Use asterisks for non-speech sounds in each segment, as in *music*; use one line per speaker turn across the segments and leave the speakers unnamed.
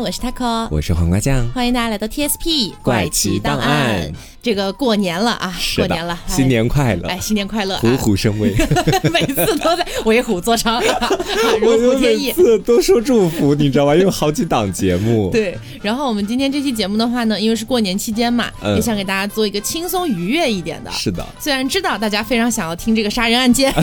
我是 Taco，
我是黄瓜酱。
欢迎大家来到 TSP
怪奇档案。
这个过年了啊，
是
过
的
年了，
新年快乐
哎， *laughs* 哎，新年快乐啊！
虎虎生威。
每次都在为虎作伥， *laughs* 啊如
就
虎添
*laughs* 每
翼。
次都说祝福，你知道吧？因为好几档节目，
*laughs* 对，然后我们今天这期节目的话呢，因为是过年期间嘛，
嗯
也想给大家做一个轻松愉悦一点的。
是的。 *laughs*
虽然知道大家非常想要听这个杀人案件，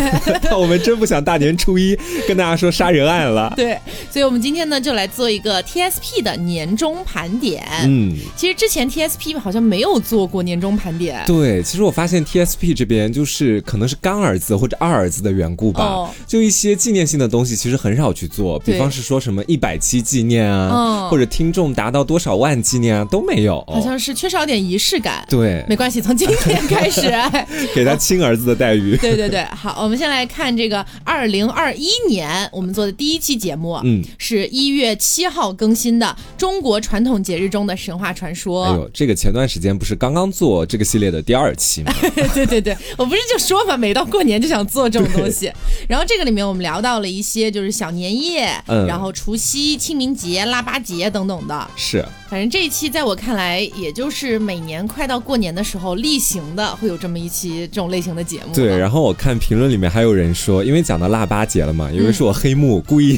但我们真不想大年初一跟大家说杀人案了。
对，所以我们今天呢就来做一个 TSP 的年终盘点。
嗯，
其实之前 TSP 好像没有做过年终盘点，
对，其实我发现 TSP 这边就是可能是干儿子或者二儿子的缘故吧，
哦
就一些纪念性的东西其实很少去做，
对
比方是说什么一百期纪念啊，
嗯
或者听众达到多少万纪念啊都没有。
好像是缺少点仪式感。
对，
没关系，从今天开
*laughs*
始。哎
给他亲儿子的待遇。
对对对，好，我们先来看这个二零二一年我们做的第一期节目，
嗯，
是一月七号更新的《中国传统节日中的神话传说
哎》呦，这个前段时间不是刚刚做这个系列的第
*laughs*
二期吗？
*laughs* 对对对，我不是就说嘛，每到过年就想做这种东
*laughs*
西。然后这个里面我们聊到了一些就是小年夜，
嗯
然后除夕、清明节、腊八节等等的。
是，
反正这一期在我看来，也就是每年快到过年的时候例行的会有这么一期这种类型的节目了。
对，然后我看评论里面还有人说，因为讲到腊八节了嘛，有人说我黑幕，故意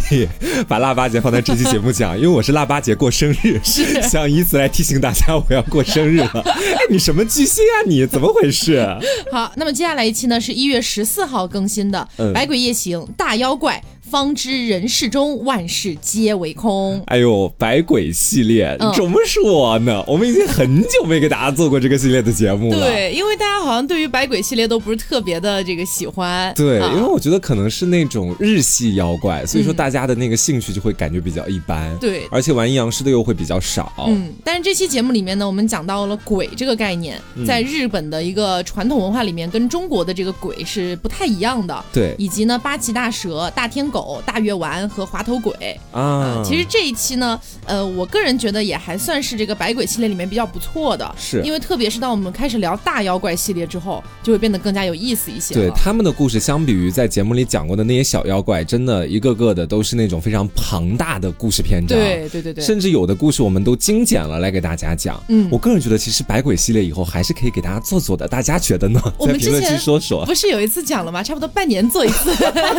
把腊八节放在这期节目讲，因为我是腊八节过生日，
*laughs* 是
想以此来提醒大家我要过生日了。哎，你什么巨蟹啊你？怎么回事？
好，那么接下来一期呢是一月十四号更新的《
嗯
百鬼夜行》，大妖怪方知人世中，万事皆为空。
哎呦，百鬼系列
嗯
怎么说呢？我们已经很久没给大家做过这个系列的节目了。
对，因为大家好像对于百鬼系列都不是特别的这个喜欢。
对，
啊嗯
因为我觉得可能是那种日系妖怪，所以说大家的那个兴趣就会感觉比较一般。
对
而且玩阴阳师的又会比较少。
嗯，但是这期节目里面呢，我们讲到了鬼这个概念，在日本的一个传统文化里面，跟中国的这个鬼是不太一样的。
对
以及呢，八岐大蛇、大天狗、大月丸和滑头鬼。
啊，
呃其实这一期呢，呃，我个人觉得也还算是这个百鬼系列里面比较不错的，
是
因为特别是当我们开始聊大妖怪系列之后，就会变得更加有意思一些
对
了。
他们的故事，相比于在节目里讲过的那些小妖怪，真的一个个的都是那种非常庞大的故事篇章。。
对对对对
甚至有的故事我们都精简了来给大家讲。
嗯
我个人觉得其实百鬼系列以后还是可以给大家做做的，大家觉得呢？
我
在
们
评
之
论区
前 *laughs*
说说，
不是有一次讲了吗？差不多半年做一
*laughs*
次，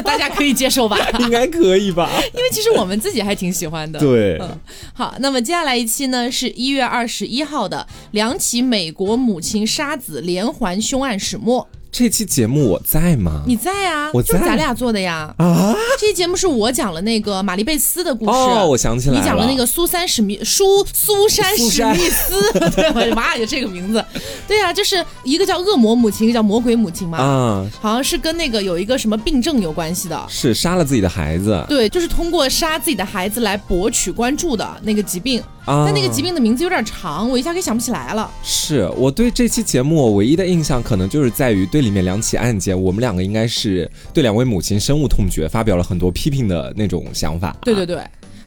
大家可以接受吧？
应该可以
*laughs*
吧？
因为其实我们自己还挺喜欢的。
对，
嗯，好，那么接下来一期呢是一月二十一号的两起美国母亲杀子连环凶案始末。
这期节目我在吗？
你在啊？
我
就是
在
咱俩做的
*laughs*
呀。
啊？
这期节目是我讲了那个玛丽贝斯的故事。
哦，我想起来了，
你讲了那个苏珊史密苏苏珊
苏
史
珊
密
*laughs*
斯，对，我的妈呀，这个名字，对啊，就是一个叫恶魔母亲，一个叫魔鬼母亲嘛，
啊，
好像是跟那个有一个什么病症有关系的，
是杀了自己的孩子啊？
对，就是通过杀自己的孩子来博取关注的那个疾病，
啊
但那个疾病的名字有点长，我一下给想不起来了。
是我对这期节目我唯一的印象，可能就是在于对里面两起案件，我们两个应该是对两位母亲深恶痛绝，发表了很多批评的那种想法。
对对对。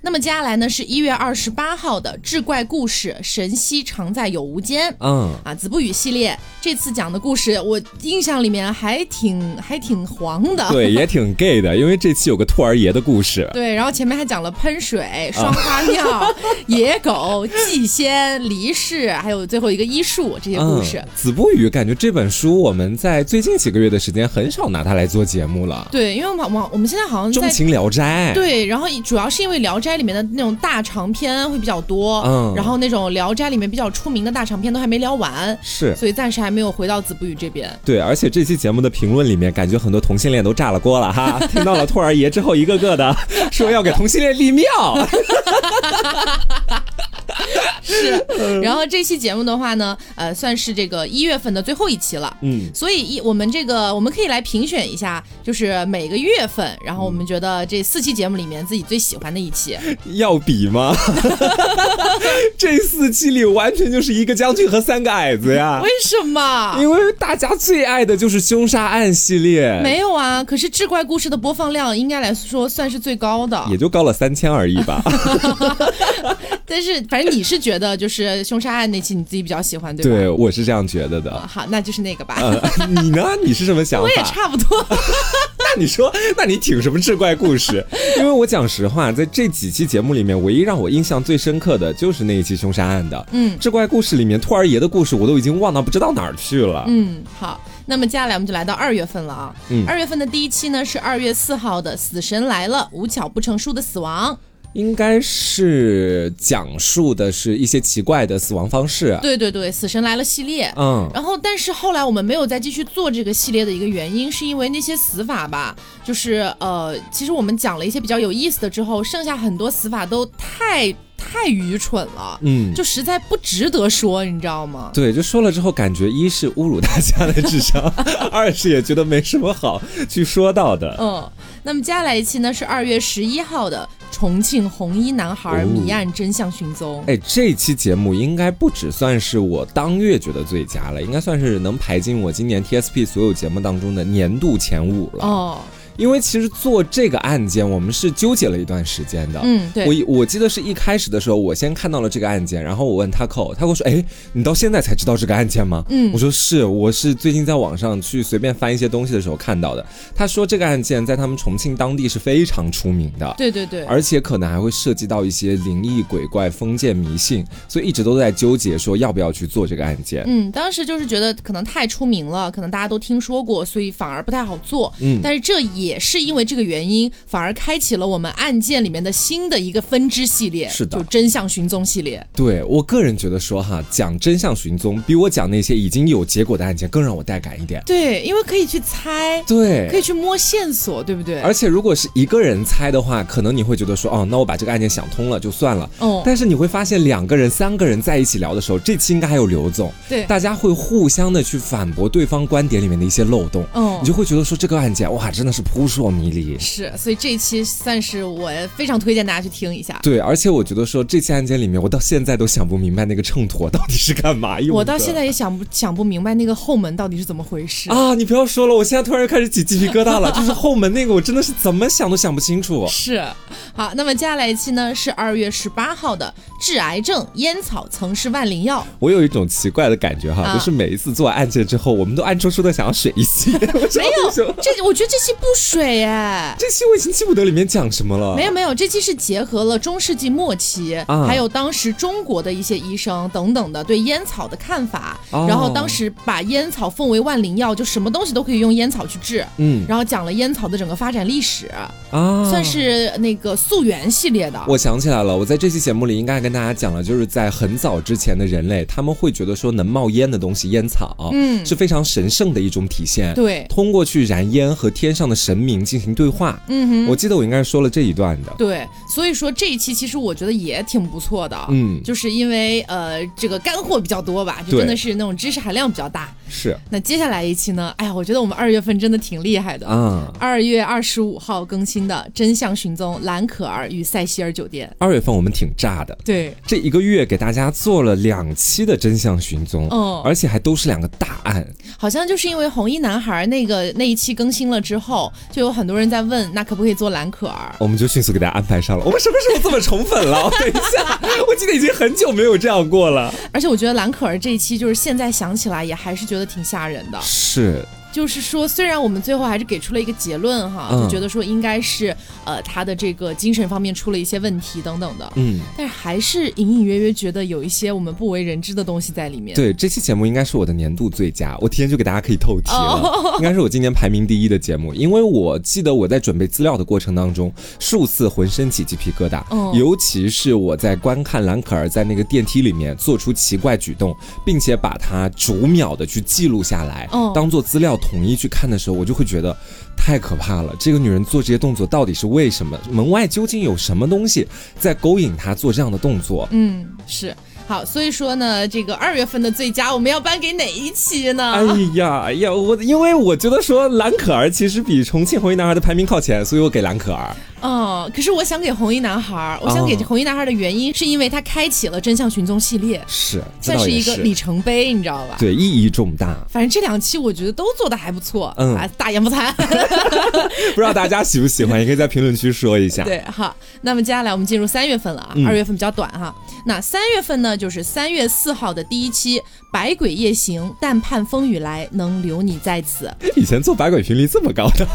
那么接下来呢，是一月二十八号的志怪故事《神溪常在有无间》。
嗯，
啊，子不语系列这次讲的故事，我印象里面还挺还挺黄的。
对，也挺 gay 的，因为这期有个兔儿爷的故事。
对，然后前面还讲了喷水、双花庙、
啊
*laughs* 野狗、祭仙、离世，还有最后一个医术这些故事。
嗯、子不语，感觉这本书我们在最近几个月的时间很少拿它来做节目了，
对，因为往往我们现在好像
钟
在。
情聊斋。
对，然后主要是因为《聊斋》里面的那种大长篇会比较多，
嗯
然后那种《聊斋》里面比较出名的大长篇都还没聊完，
是。
所以暂时还没有回到子不语这边。
对，而且这期节目的评论里面，感觉很多同性恋都炸了锅了哈！听到了兔儿爷之后，一个个的说要给同性恋
*laughs*
立庙。
*laughs* 然后这期节目的话呢，呃，算是这个一月份的最后一期了。
嗯，
所以一我们这个我们可以来评选一下，就是每个月份，然后我们觉得这四期节目里面自己最喜欢的一期。
要比吗？ *laughs* 这四期里完全就是一个将军和三个矮子呀
*laughs* 为，什么？
因为大家最爱的就是凶杀案系列，
没有啊，可是志怪故事的播放量应该来说算是最高的。
也就高了三千而已吧。
但是反正你是觉得就是凶杀案那期你自己比较喜 *laughs* 欢，对吧？
对，我是这样觉得的。 *laughs*
好，那就是那个吧。
呃，你呢？你是什么想
我也
法？
差不多， *laughs*
你说，那你挺什么志怪故事？因为我讲实话，在这几期节目里面，唯一让我印象最深刻的就是那一期凶杀案的。
嗯
志怪故事里面兔儿爷的故事，我都已经忘到不知道哪儿去了。
嗯，好。那么接下来我们就来到二月份了啊。
嗯
二月份的第一期呢是二月四号的《死神来了》，无巧不成书的死亡。
应该是讲述的是一些奇怪的死亡方式。啊
对对对，《死神来了》系列。
嗯，
然后，但是后来我们没有再继续做这个系列的一个原因，是因为那些死法吧，就是呃，其实我们讲了一些比较有意思的之后，剩下很多死法都太太愚蠢了，
嗯，
就实在不值得说，你知道吗？
对，就说了之后，感觉一是侮辱大家的
*laughs*
智商，二是也觉得没什么好去说到的。
嗯，那么接下来一期呢是二月十一号的重庆红衣男孩谜案真相寻踪。
哦哎，这期节目应该不只算是我当月觉得最佳了，应该算是能排进我今年 TSP 所有节目当中的年度前五了。
哦，
因为其实做这个案件，我们是纠结了一段时间的。
嗯，对，
我我记得是一开始的时候，我先看到了这个案件，然后我问他扣，他跟我说：“哎，你到现在才知道这个案件吗？”
嗯
我说是，我是最近在网上去随便翻一些东西的时候看到的。他说这个案件在他们重庆当地是非常出名的，
对对对，
而且可能还会涉及到一些灵异鬼怪、封建迷信，所以一直都在纠结说要不要去做这个案件。
嗯，当时就是觉得可能太出名了，可能大家都听说过，所以反而不太好做。
嗯
但是这也是因为这个原因，反而开启了我们案件里面的新的一个分支系列，
是的
就真相寻踪系列。
对我个人觉得说哈，讲真相寻踪比我讲那些已经有结果的案件更让我带感一点。
对，因为可以去猜，
对，
可以去摸线索，对不对？
而且如果是一个人猜的话，可能你会觉得说，哦，那我把这个案件想通了就算了。
哦，
但是你会发现，两个人、三个人在一起聊的时候，这期应该还有刘总，
对，
大家会互相的去反驳对方观点里面的一些漏洞，
嗯
你就会觉得说这个案件哇，真的是扑朔迷离。
是，所以这一期算是我非常推荐大家去听一下。
对，而且我觉得说这起案件里面，我到现在都想不明白那个秤砣到底是干嘛用的。
我到现在也想不想不明白那个后门到底是怎么回事。
啊，你不要说了，我现在突然开始起鸡皮疙瘩了。就是后门那个，我真的是怎么想都想不清楚。
是，好，那么接下来一期呢是二月十八号的《致癌症烟草曾是万灵药
我有一种奇怪的感觉哈，
啊
就是每一次做案件之后，我们都暗戳戳的想要水
*laughs*
一期。我知道为什么》，
这我觉得这期不水哎。
这期我已经记不得里面讲什么了。
没有没有，这期是结合了中世纪末期，
啊
还有当时中国的一些医生等等的对烟草的看法，
哦
然后当时把烟草奉为万灵药，就什么东西都可以用烟草去治，
嗯
然后讲了烟草的整个发展历史，
啊，
算。是那个溯源系列的。
我想起来了，我在这期节目里应该跟大家讲了，就是在很早之前的人类，他们会觉得说能冒烟的东西，烟草，
嗯
是非常神圣的一种体现。
对，
通过去燃烟和天上的神明进行对话。
嗯哼。
我记得我应该是说了这一段的。
对，所以说这一期其实我觉得也挺不错的，
嗯
就是因为呃这个干货比较多吧，就
对
真的是那种知识含量比较大。
是
那接下来一期呢，哎呀，我觉得我们二月份真的挺厉害的。
啊，
二、月二十五号更新的《真相寻踪：兰可儿与塞西尔酒店
二月份我们挺炸的。》，
对，
这一个月给大家做了两期的真相寻踪，
嗯
而且还都是两个大案，
好像就是因为红衣男孩那个那一期更新了之后，就有很多人在问，那可不可以做兰可儿？
我们就迅速给大家安排上了。我们什么时候这么宠粉了？哦等一下，我记得已经很久没有这样过了。
而且我觉得兰可儿这一期就是现在想起来也还是觉得挺吓人的。
是，
就是说，虽然我们最后还是给出了一个结论哈，
嗯
就觉得说应该是呃他的这个精神方面出了一些问题等等的，
嗯，
但是还是隐隐约约觉得有一些我们不为人知的东西在里面。
对，这期节目应该是我的年度最佳，我提前就给大家可以透题
哦
了， *laughs* 应该是我今年排名第一的节目，因为我记得我在准备资料的过程当中，数次浑身起鸡皮疙瘩，
嗯
尤其是我在观看兰可儿在那个电梯里面做出奇怪举动，并且把它逐秒的去记录下来，
嗯
当做资料统一去看的时候，我就会觉得。太可怕了！这个女人做这些动作到底是为什么？门外究竟有什么东西在勾引她做这样的动作？
嗯，是好，所以说呢，这个二月份的最佳我们要颁给哪一期呢？
哎呀哎呀，我因为我觉得说蓝可儿其实比重庆红衣男孩的排名靠前，所以我给蓝可儿。
嗯，可是我想给红衣男孩儿，我想给
哦
红衣男孩儿的原因是因为他开启了真相寻踪系列，
是，这
算
倒
是
也
一个里程碑，你知道吧？
对意义重大。
反正这两期我觉得都做的还不错，
嗯
啊，大言不惭。 *laughs*
不知道大家喜
*laughs*
不喜欢，也可以在评论区说一下。
对，好，那么接下来我们进入三月份了啊，
嗯
二、月份比较短哈。那三月份呢，就是三月四号的第一期《百鬼夜行》，但盼风雨来，能留你在此。
以前做百鬼频率这么高的，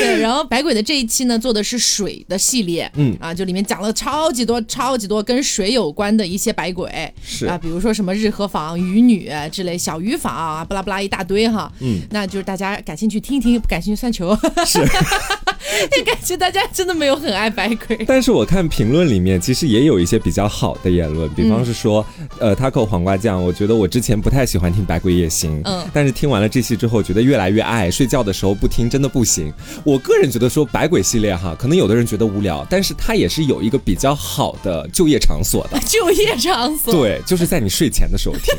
对，然后百鬼的这一期呢，做的是水的系列，
嗯
啊，就里面讲了超级多、超级多跟水有关的一些百鬼
是
啊，比如说什么日和坊、渔女之类、小渔坊啊，巴拉巴拉一大堆哈。
嗯，
那就是大家感兴趣听一听，不感兴趣算球。
是，
*laughs* 就感觉大家真的没有很爱百鬼。 *laughs*
但是我看评论里面，其实也有一些比较好的言
嗯
论，比方是说，呃，taco 黄瓜酱，我觉得我之前不太喜欢听《百鬼夜行》，
嗯
但是听完了这期之后，觉得越来越爱，睡觉的时候不听真的不行。我个人觉得说百鬼系列哈，可能有的人觉得无聊，但是它也是有一个比较好的就业场所的，
就业场所，
对，就是在你睡前的时候
*laughs*
听。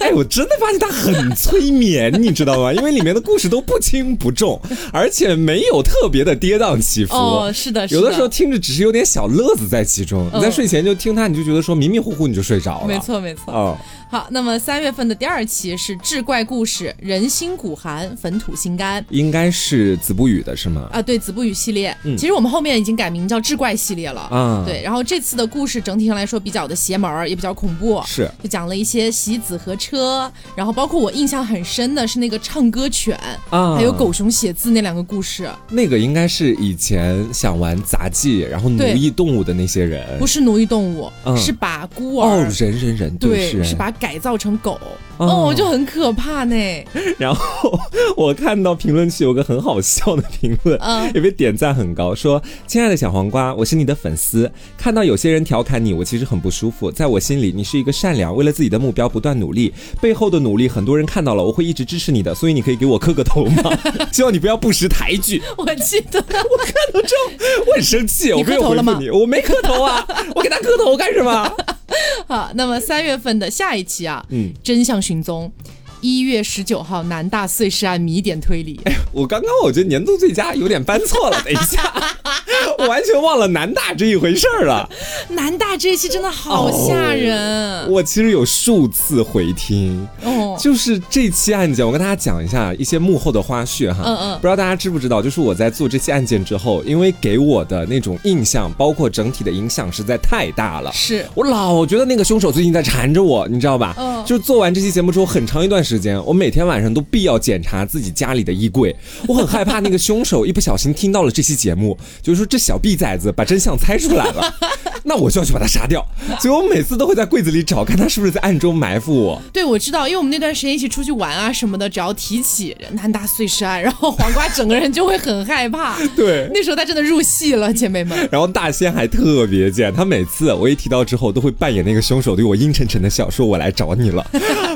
哎，我真的发现它很催眠，你知道吗？因为里面的故事都不轻不重，而且没有特别的跌宕起伏。
哦，是的，是嗯
有的时候听着只是有点小乐子在其中，你在睡前就听它，你就觉得说迷迷糊糊你就睡着了。
没错没错。
哦，
好，那么三月份的第二期是志怪故事，人心骨寒，坟土心肝。
应该是子不语的是吗？
啊，对，子不语系列，
嗯
其实我们后面已经改名叫志怪系列了。
啊
对，然后这次的故事整体上来说比较的邪门儿，也比较恐怖，
是
就讲了一些洗子和车，然后包括我印象很深的是那个唱歌犬，
啊，哎
还有狗熊写字那两个故事，
那个应该是以前想玩杂技，然后奴
对
役动物的那些人。
不是奴役动物，
嗯
是把孤
哦
儿，
人人人
对，
是
是把它改造成狗，
哦
哦，就很可怕呢。 *laughs*
然后 *laughs* 我看到评论区有个很好笑的评论，
嗯
也被点赞很高，说：“亲爱的小黄瓜，我是你的粉丝。看到有些人调侃你，我其实很不舒服。在我心里，你是一个善良，为了自己的目标不断努力，背后的努力很多人看到了，我会一直支持你的。所以你可以给我磕个头吗？ *laughs* 希望你不要不识抬举。
我记得 *laughs*
我很生气，我
你
没
磕
有
头
回
了吗
复你，我没磕头啊，我给他磕头干什么？ *laughs*
好，那么三月份的下一期啊，
嗯，
真相寻踪。一月十九号，南大碎尸案谜点推理，
我刚刚我觉得年度最佳有点搬错了，等一下， *laughs* 我完全忘了南大这一回事儿了。”
南大这一期真的好吓人
我其实有数次回听，
哦，
就是这期案件，我跟大家讲一下一些幕后的花絮哈。
嗯嗯
不知道大家知不知道，就是我在做这期案件之后，因为给我的那种印象，包括整体的影响实在太大了。
是
我老觉得那个凶手最近在缠着我，你知道吧？
嗯
就是做完这期节目之后，很长一段时间，我每天晚上都必要检查自己家里的衣柜，我很害怕那个凶手一不小心听到了这期节目，就是说这小逼崽子把真相猜出来 *laughs* 了，那我就要去把他杀掉。所以我每次都会在柜子里找，看他是不是在暗中埋伏我。
对，我知道，因为我们那段时间一起出去玩啊什么的，只要提起南大碎尸案，然后黄瓜整个人就会很害怕。 *laughs*
对
那时候他真的入戏了，姐妹 *laughs* 们。
然后大仙还特别贱，他每次我一提到之后，都会扮演那个凶手，对我阴沉沉的笑，说我来找你了。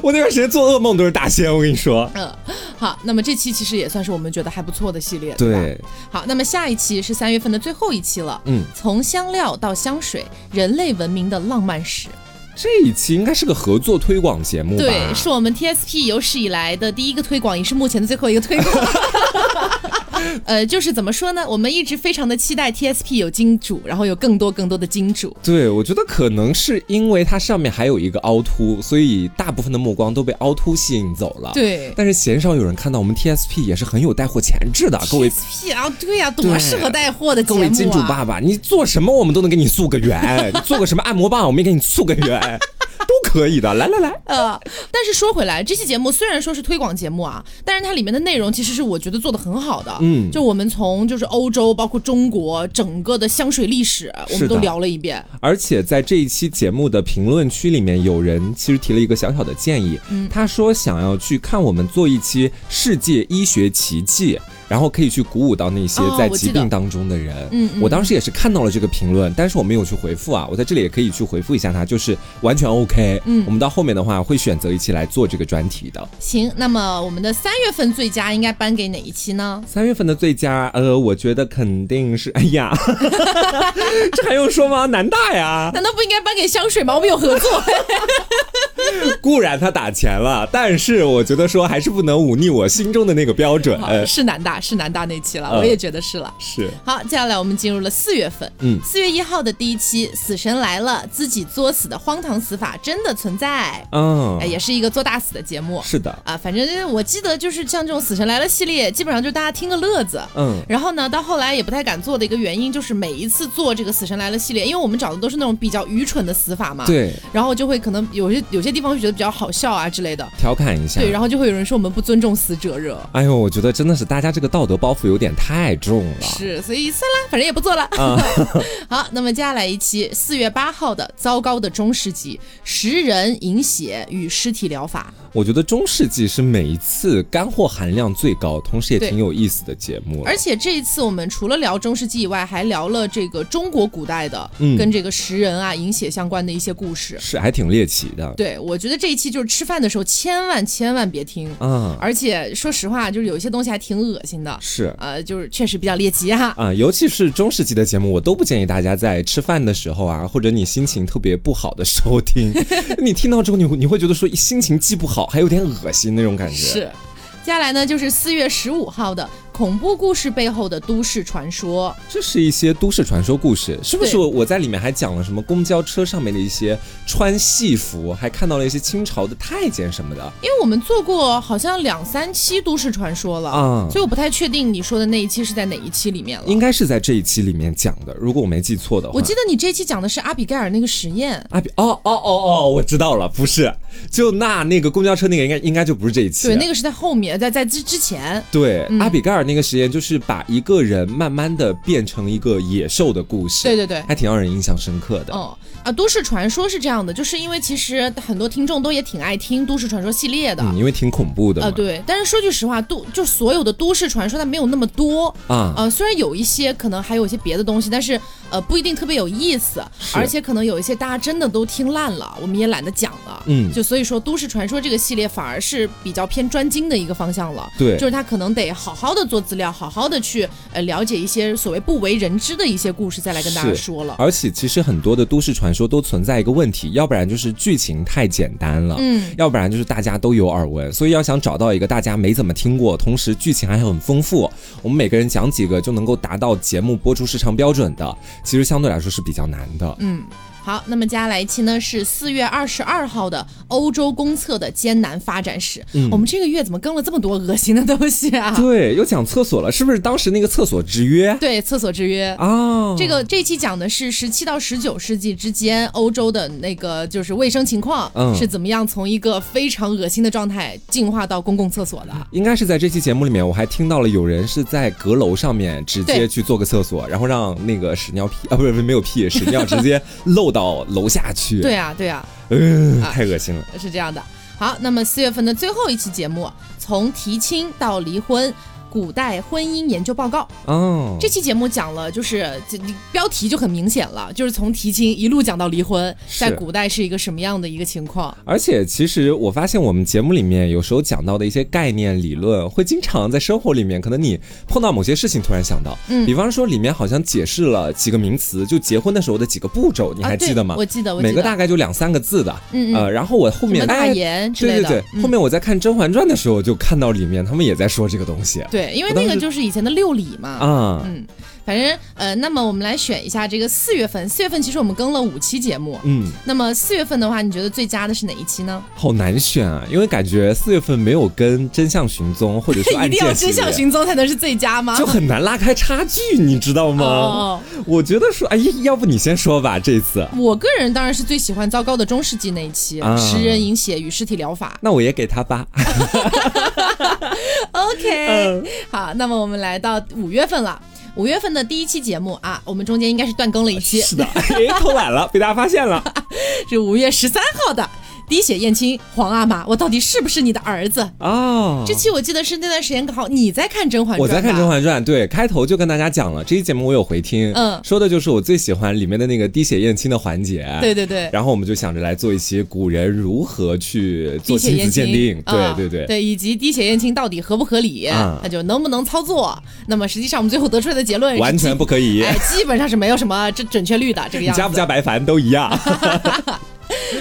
我那段时间做噩梦都是大仙，我跟你说。
嗯，好，那么这期其实也算是我们觉得还不错的系列，吧
*laughs* 对，
好，那么下一期是三月份的最后一期了。
嗯，
从香料到香水，人类文明的浪漫史。
这一期应该是个合作推广节目吧？
对，是我们 TSP 有史以来的第一个推广，也是目前的最后一个推
*laughs*
广。呃， *laughs* 就是怎么说呢？我们一直非常的期待 TSP 有金主，然后有更多更多的金主。
对，我觉得可能是因为它上面还有一个凹凸，所以大部分的目光都被凹凸吸引走了。，
对
但是鲜少有人看到我们 TSP 也是很有带货潜质的，各位。
，TSP 啊，对呀、
对
多适合带货的节
各
目
位
啊！
金主爸爸，你做什么我们都能给你塑个圆，你做个什么按摩棒我们也给你塑个圆，都可以的。来来来，
呃，但是说回来，这期节目虽然说是推广节目啊，但是它里面的内容其实是我觉得做的很好的。
嗯
就我们从就是欧洲，包括中国整个的香水历史，我
是
们都
的
聊了一遍。
而且在这一期节目的评论区里面，有人其实提了一个小小的建议，
嗯
他说想要去看我们做一期世界医学奇迹。然后可以去鼓舞到那些
哦
在
我
疾
记得
病当中的人。
嗯嗯
我当时也是看到了这个评论，但是我没有去回复啊。我在这里也可以去回复一下他，就是完全 OK。嗯，我们到后面的话会选择一期来做这个专题的。
行，那么我们的三月份最佳应该颁给哪一期呢？
三月份的最佳，呃，我觉得肯定是，哎呀， *laughs* 这还用说吗？南大呀。
难道不应该颁给香水吗？我们有合
*laughs*
作。哎
固然他打钱了，但是我觉得说还是不能忤逆我心中的那个标准。
是南大，大，是南大那期了，
哎嗯
我也觉得是了。
是
好，接下来我们进入了四月份。
嗯
四月一号的第一期《死神来了》，自己作死的荒唐死法真的存在，
嗯
哎，，也是一个做大死的节目
是的，
啊。反正我记得就是像这种《死神来了》系列，基本上就大家听个乐子。
嗯
然后呢，到后来也不太敢做的一个原因，就是每一次做这个《死神来了》系列，因为我们找的都是那种比较愚蠢的死法嘛，，
对，
然后就会可能有些有些地方会觉得比较好笑啊之类的，
调侃一下。
对，然后就会有人说我们不尊重死者热，
哎呦，我觉得真的是大家这个道德包袱有点太重了。
是，所以算了，反正也不做了。
嗯
*laughs* 好，那么接下来一期四月八号的糟糕的中世纪食人饮血与尸体疗法，
我觉得中世纪是每一次干货含量最高，同时也
对
挺有意思的节目了。
而且这一次我们除了聊中世纪以外，还聊了这个中国古代的、
嗯
跟这个食人啊饮血相关的一些故事。
是还挺猎奇的。
对，我觉得这一期就是吃饭的时候千万千万别听，
啊，
而且说实话，就是有一些东西还挺恶心的，
是
呃，就是确实比较猎奇哈、
啊，尤其是中世纪的节目，我都不建议大家在吃饭的时候啊，或者你心情特别不好的时
*laughs*
候听。你听到之后你，你会觉得说心情既不好，还有点恶心那种感觉。
是。接下来呢，就是四月十五号的恐怖故事背后的都市传说。
这是一些都市传说故事，是不是？
对
我在里面还讲了什么公交车上面的一些穿戏服，还看到了一些清朝的太监什么的
因为我们做过好像两三期都市传说了，
啊。
所以我不太确定你说的那一期是在哪一期里面了。
应该是在这一期里面讲的，如果我没记错的话。
我记得你这期讲的是阿比盖尔那个实验，
阿比，哦哦哦哦，我知道了，不是，就那那个公交车那个应该应该就不是这一期。
对，那个是在后面，在在之之前。
对，
嗯
阿比盖尔那个实验就是把一个人慢慢的变成一个野兽的故事，
对对对
还挺让人印象深刻的。
哦啊，都市传说是这样的，就是因为其实很多听众都也挺爱听都市传说系列的。
嗯，因为挺恐怖的嘛。
啊，对，但是说句实话，都就所有的都市传说它没有那么多，
啊
呃，虽然有一些可能还有一些别的东西，但是呃不一定特别有意思，
是
而且可能有一些大家真的都听烂了，我们也懒得讲了。
嗯
就所以说都市传说这个系列反而是比较偏专精的一个方向了。
对
就是他可能得好好的做资料，好好的去呃了解一些所谓不为人知的一些故事，再来跟大家
是
说了。
而且其实很多的都市传说都存在一个问题，要不然就是剧情太简单了，
嗯，
要不然就是大家都有耳闻，所以要想找到一个大家没怎么听过，同时剧情还很丰富，我们每个人讲几个就能够达到节目播出时长标准的，其实相对来说是比较难的。
嗯，好，那么接下来一期呢是四月二十二号的欧洲公厕的艰难发展史。我们这个月怎么更了这么多恶心的东西啊？
嗯对，又讲厕所了，是不是当时那个厕所之约
对，厕所之约。
啊？
嗯这个这期讲的是十七到十九世纪之间欧洲的那个就是卫生情况、
嗯
是怎么样从一个非常恶心的状态进化到公共厕所的。
应该是在这期节目里面，我还听到了有人是在阁楼上面直接
对
去做个厕所，然后让那个屎尿屁啊，不是不是没有屁，屎尿直接漏到楼下去。
对，啊，对啊，
嗯、
啊
太恶心了。
是这样的。好，那么四月份的最后一期节目，从提亲到离婚。古代婚姻研究报告
哦，
这期节目讲了，就是这标题就很明显了，就是从提亲一路讲到离婚，
是
在古代是一个什么样的一个情况？
而且其实我发现我们节目里面有时候讲到的一些概念理论，会经常在生活里面，可能你碰到某些事情突然想到，
嗯
比方说里面好像解释了几个名词，就结婚的时候的几个步骤，你
啊
还
对
记得吗？
我记得，我记得
每个大概就两三个字的，
嗯嗯
呃，然后我后
什
面
么大
哎
言之
对
类
对
的，
对，
嗯
后面我在看《甄嬛传》的时候，就看到里面他们也在说这个东西
对，因为
我当
那个
时
就是以前的六礼嘛。
啊。
嗯，反正呃，那么我们来选一下这个四月份。四月份其实我们更了五期节目，
嗯，
那么四月份的话，你觉得最佳的是哪一期呢？
好难选啊，因为感觉四月份没有跟《真相寻踪》或者说
*laughs*
《
一
案
定
件
要
系
真相
列
寻踪才能是最佳吗？
就很难拉开差距，你知道吗？
哦，
我觉得说，哎，要不你先说吧，这次。
我个人当然是最喜欢糟糕的中世纪那一期，
啊
食人饮血与尸体疗法。
那我也给他吧。
OK，、
嗯
好，那么我们来到五月份了。五月份的第一期节目啊，我们中间应该是断更了一期，
*laughs* 是的，哎，偷懒了，被大家发现了。
是五月十三号的滴血验亲，皇阿玛，我到底是不是你的儿子？
哦，
这期我记得是那段时间刚好你在看《甄嬛
我
传》吧，
在看《甄嬛传》，对，开头就跟大家讲了，这期节目我有回听，
嗯
说的就是我最喜欢里面的那个滴血验亲的环节。
对对对。
然后我们就想着来做一期古人如何去做亲子鉴定，
啊
对对嗯对，
对，以及滴血验亲到底合不合理，
嗯
那就能不能操作？那么实际上我们最后得出来的结论是
完全不可以
基，，
*laughs*
哎，基本上是没有什么这准确率的这个
你
样子。
加不加白矾都一 *laughs* 样。嗯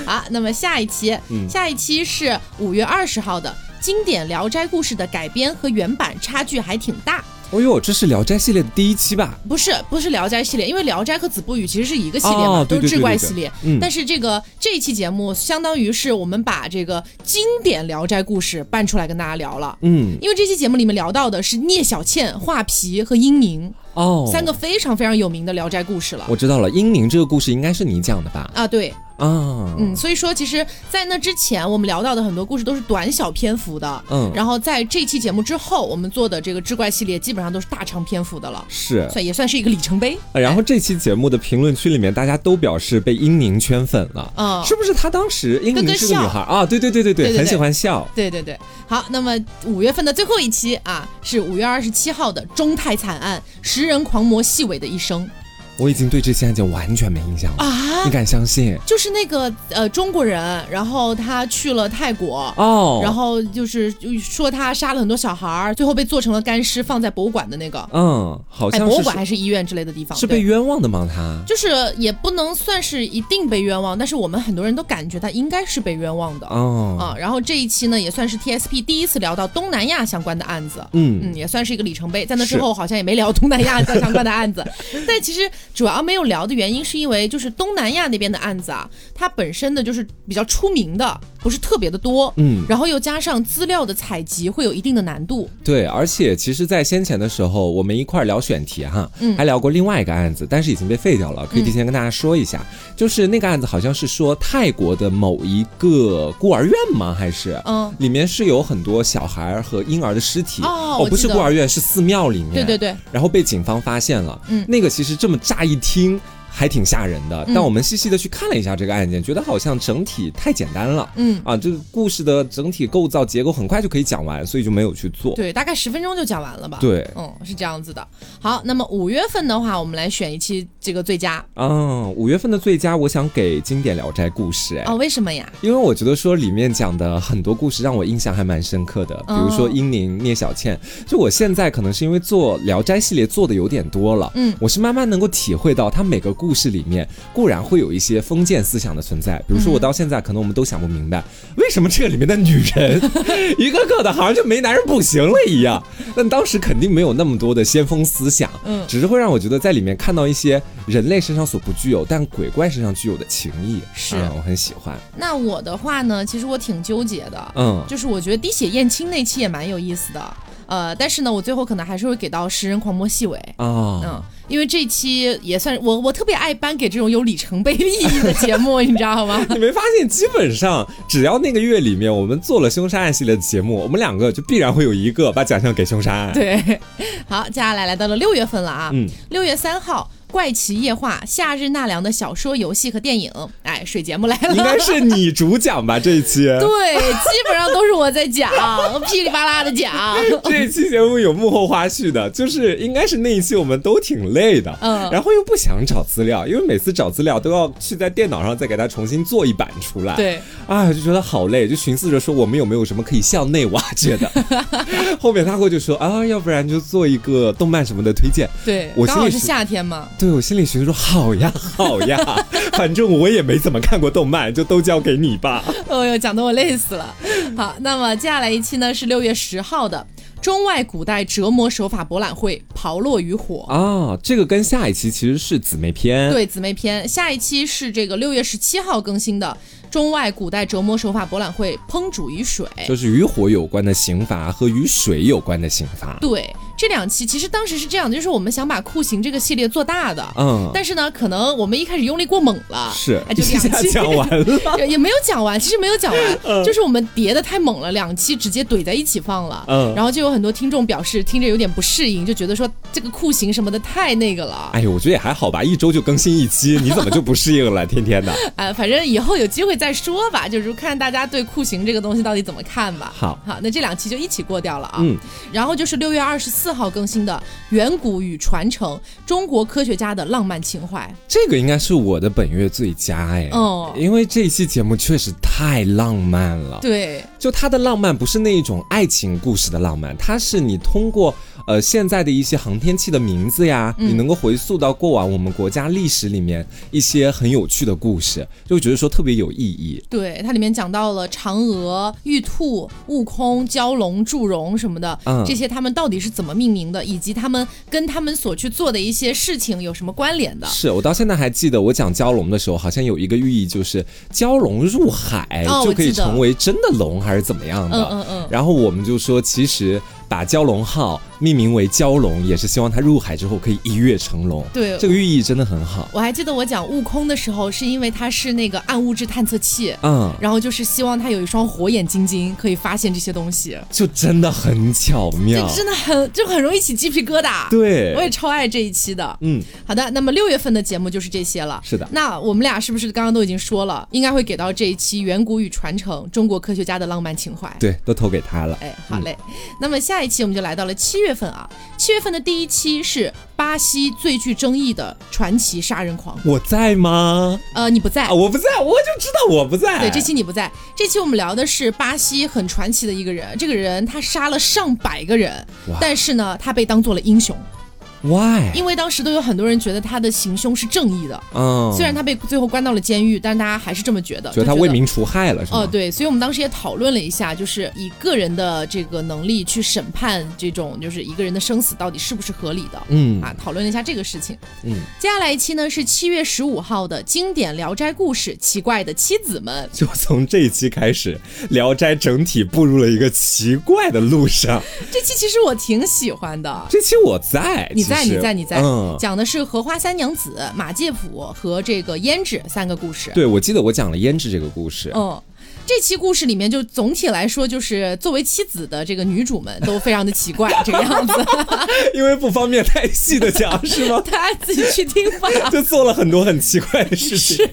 啊？那么下一期，下一期是五月二十号的《经典《聊斋故事》的改编和原版差距还挺大。
哦呦，这是《聊斋》系列的第一期吧？
不是不是《聊斋》系列，因为《聊斋》和《子不语》其实是一个系列嘛，
哦对
都是
对对
志怪
对对
系列。
嗯
但是这个这一期节目，相当于是我们把这个经典《聊斋》故事搬出来跟大家聊了。
嗯，
因为这期节目里面聊到的是聂小倩、画皮和英宁、
哦，
三个，非常非常有名的《聊斋》故事了
我知道了。英宁这个故事应该是你讲的吧？
啊。对，
啊，
嗯，所以说其实，在那之前我们聊到的很多故事都是短小篇幅的，
嗯
然后在这期节目之后，我们做的这个志怪系列基本上都是大长篇幅的了，
是。呃
算也算是一个里程碑。
然后这期节目的评论区里面，大家都表示被英宁圈粉了。
嗯
是不是她当时英
咯咯
宁是个
笑
女孩啊？对对对对
对对
对，
对
很喜欢笑。
对对对，好，那么五月份的最后一期啊，是五月二十七号的中泰惨案，食人狂魔细尾的一生
我已经对这起案件完全没印象了，
啊
你，敢相信？
就是那个呃中国人，然后他去了泰国。
哦，
然后就是就说他杀了很多小孩儿，最后被做成了干尸，放在博物馆的那个，
嗯，好
哎，
像
博
是
物馆还是医院之类的地方，
是
哦对
被冤枉的吗？她
就是也不能算是一定被冤枉，但是我们很多人都感觉他应该是被冤枉的、
哦，
啊。然后这一期呢，也算是 TSP 第一次聊到东南亚相关的案子。
嗯
嗯，也算是一个里程碑。在那之
是
后，好像也没聊东南亚 *laughs* 相关的案
*laughs*
子，但其实主要没有聊的原因，是因为就是东南亚那边的案子啊，它本身的就是比较出名的，不是特别的多，
嗯，
然后又加上资料的采集会有一定的难度。
对，而且其实，在先前的时候，我们一块儿聊选题哈，
嗯
还聊过另外一个案子，但是已经被废掉了，可以提前跟大家说一下，就是那个案子好像是说泰国的某一个孤儿院吗？还是
嗯，
里面是有很多小孩儿和婴儿的尸体
哦我
不是
记得
孤儿院，是寺庙里面，
对对对，
然后被警方发现了。
嗯
那个其实这么乍一听还挺吓人的，
嗯
但我们细细的去看了一下这个案件，觉得好像整体太简单了。
嗯，
啊，这个故事的整体构造结构很快就可以讲完，所以就没有去做。
对，大概十分钟就讲完了吧。。
对，
嗯，是这样子的。好，那么五月份的话，我们来选一期这个最佳
啊，五月份的最佳，我想给经典《聊斋故事》哎。
哦，为什么呀？
因为我觉得说里面讲的很多故事让我印象还蛮深刻的，
嗯
比如说英宁、聂小倩，就我现在可能是因为做《聊斋》系列做的有点多了，
嗯
我是慢慢能够体会到它每个故事里面固然会有一些封建思想的存在，比如说我到现在可能我们都想不明白，为什么这里面的女人 *laughs* 一个个的好像就没男人不行了一样，但当时肯定没有那么多的先锋思想，
嗯
只是会让我觉得在里面看到一些人类身上所不具有但鬼怪身上具有的情谊，
是
啊我很喜欢，
那我的话呢，其实我挺纠结的，
嗯。
就是我觉得滴血验亲那期也蛮有意思的，呃，但是呢，我最后可能还是会给到食人狂魔细尾。
啊，
嗯，因为这期也算我我特别爱颁给这种有里程碑意义的节目，你知道吗？ *laughs*
你没发现，基本上只要那个月里面我们做了凶杀案系列的节目，我们两个就必然会有一个把奖项给凶杀案。
对，好，接下来来到了六月份了啊，
嗯
六、月三号，《怪奇夜话》夏日纳凉的小说、游戏和电影，哎，水节目来了，
应该是你主讲吧？这一期，
*laughs* 对，基本上都是我在讲， *laughs* 噼里啪啦的讲。
这一期节目有幕后花絮的，就是应该是那一期我们都挺累的，
嗯
然后又不想找资料，因为每次找资料都要去在电脑上再给它重新做一版出来，，
对，
啊，就觉得好累，就寻思着说我们有没有什么可以向内挖掘的。
*laughs*
后面他会就说啊，要不然就做一个动漫什么的推荐，
对，
我
刚
心
好
里
是
是
夏天嘛。
对我心里寻思说好呀好 *laughs* 呀，反正我也没怎么看过动漫，就都交给你吧。
哦呦，讲得我累死
*laughs*
了。好，那么接下来一期呢是六月十号的中外古代折磨手法博览会《刨落于火》
啊，这个跟下一期其实是姊妹篇。，
对姊妹篇，下一期是这个六月十七号更新的中外古代折磨手法博览会《烹煮于水》。
就是与火有关的刑罚和与水有关的刑罚。
对，这两期其实当时是这样的，就是我们想把酷刑这个系列做大的，
嗯，
但是呢，可能我们一开始用力过猛了，
是
哎，
一
就
下
两期
讲完
*laughs*
了。
也也没有讲完，其实没有讲完，
嗯
*laughs* 就是我们叠的太猛了，两期直接怼在一起放了，
嗯
然后就有很多听众表示听着有点不适应，就觉得说这个酷刑什么的太那个了， *laughs*
哎呦，我觉得也还好吧，一周就更新一期，你怎么就不适应了？天天
*laughs*
的。
哎、反正以后有机会再说吧，就是看大家对酷刑这个东西到底怎么看吧。
好
好，那这两期就一起过掉了啊。
嗯，
然后就是六月二十四号更新的《远古与传承：中国科学家的浪漫情怀》。
这个应该是我的本月最佳哎，
哦
因为这一期节目确实太浪漫了。
对，
就它的浪漫不是那一种爱情故事的浪漫，它是你通过呃现在的一些航天器的名字呀，
嗯
你能够回溯到过往我们国家历史里面一些很有趣的故事，就会觉得说特别有意义。
对，它里面讲到了嫦娥、玉兔、悟空、蛟龙、祝融什么的，
嗯
这些他们到底是怎么命名的，以及他们跟他们所去做的一些事情有什么关联的。
是我到现在还记得，我讲蛟龙的时候，好像有一个寓意，就是蛟龙入海、
哦
就可以
我记得
成为真的龙，还是怎么样的？
嗯嗯嗯
然后我们就说，其实把蛟龙号命名为蛟龙，也是希望它入海之后可以一跃成龙。
对
这个寓意真的很好。
我还记得我讲悟空的时候，是因为它是那个暗物质探测器。
嗯，
然后就是希望它有一双火眼金睛，可以发现这些东西，
就真的很巧妙
这。真的很就很容易起鸡皮疙瘩。我也
对，
超爱这一期的。
嗯，
好的，那么六月份的节目就是这些了。
是的
那我们俩是不是刚刚都已经说了，应该会给到这一期《远古与传承》中国科学家的浪漫情怀？
对，都投给他了。
哎，好
嗯
嘞。那么下一期我们就来到了七月份啊，七月份的第一期是巴西最具争议的传奇杀人狂。
我在吗？
呃，你不在
啊，。我不在，我就知道我不在。
对，这期你不在。这期我们聊的是巴西很传奇的一个人，这个人他杀了上百个人
哇，
但是呢，他被当做了英雄，
why？
因为当时都有很多人觉得他的行凶是正义的。
嗯，
虽然他被最后关到了监狱，但是大家还是这么觉得，
觉得他
就
为。民除害了，是吗？
哦，对，所以我们当时也讨论了一下，就是以个人的这个能力去审判这种，就是一个人的生死到底是不是合理的。
嗯
啊，讨论了一下这个事情。
嗯，
接下来一期呢是七月十五号的经典《聊斋故事》《奇怪的妻子们》。
就从这一期开始，《聊斋》整体步入了一个奇怪的
*laughs*
路上。
这期其实我挺喜欢的，
这期我在，
你在，
其
你
实
在，你在，
嗯。
讲的是荷花三娘子、马介甫和这个胭脂三个故事。
对，我记得我讲了胭脂这个故事，
嗯，这期故事里面就总体来说，就是作为妻子的这个女主们都非常的奇
*laughs*
怪这个样子，
因为不方便太细的讲，是
*laughs*
吗？
大家自己去听吧。 *laughs*
就做了很多很奇怪的事情。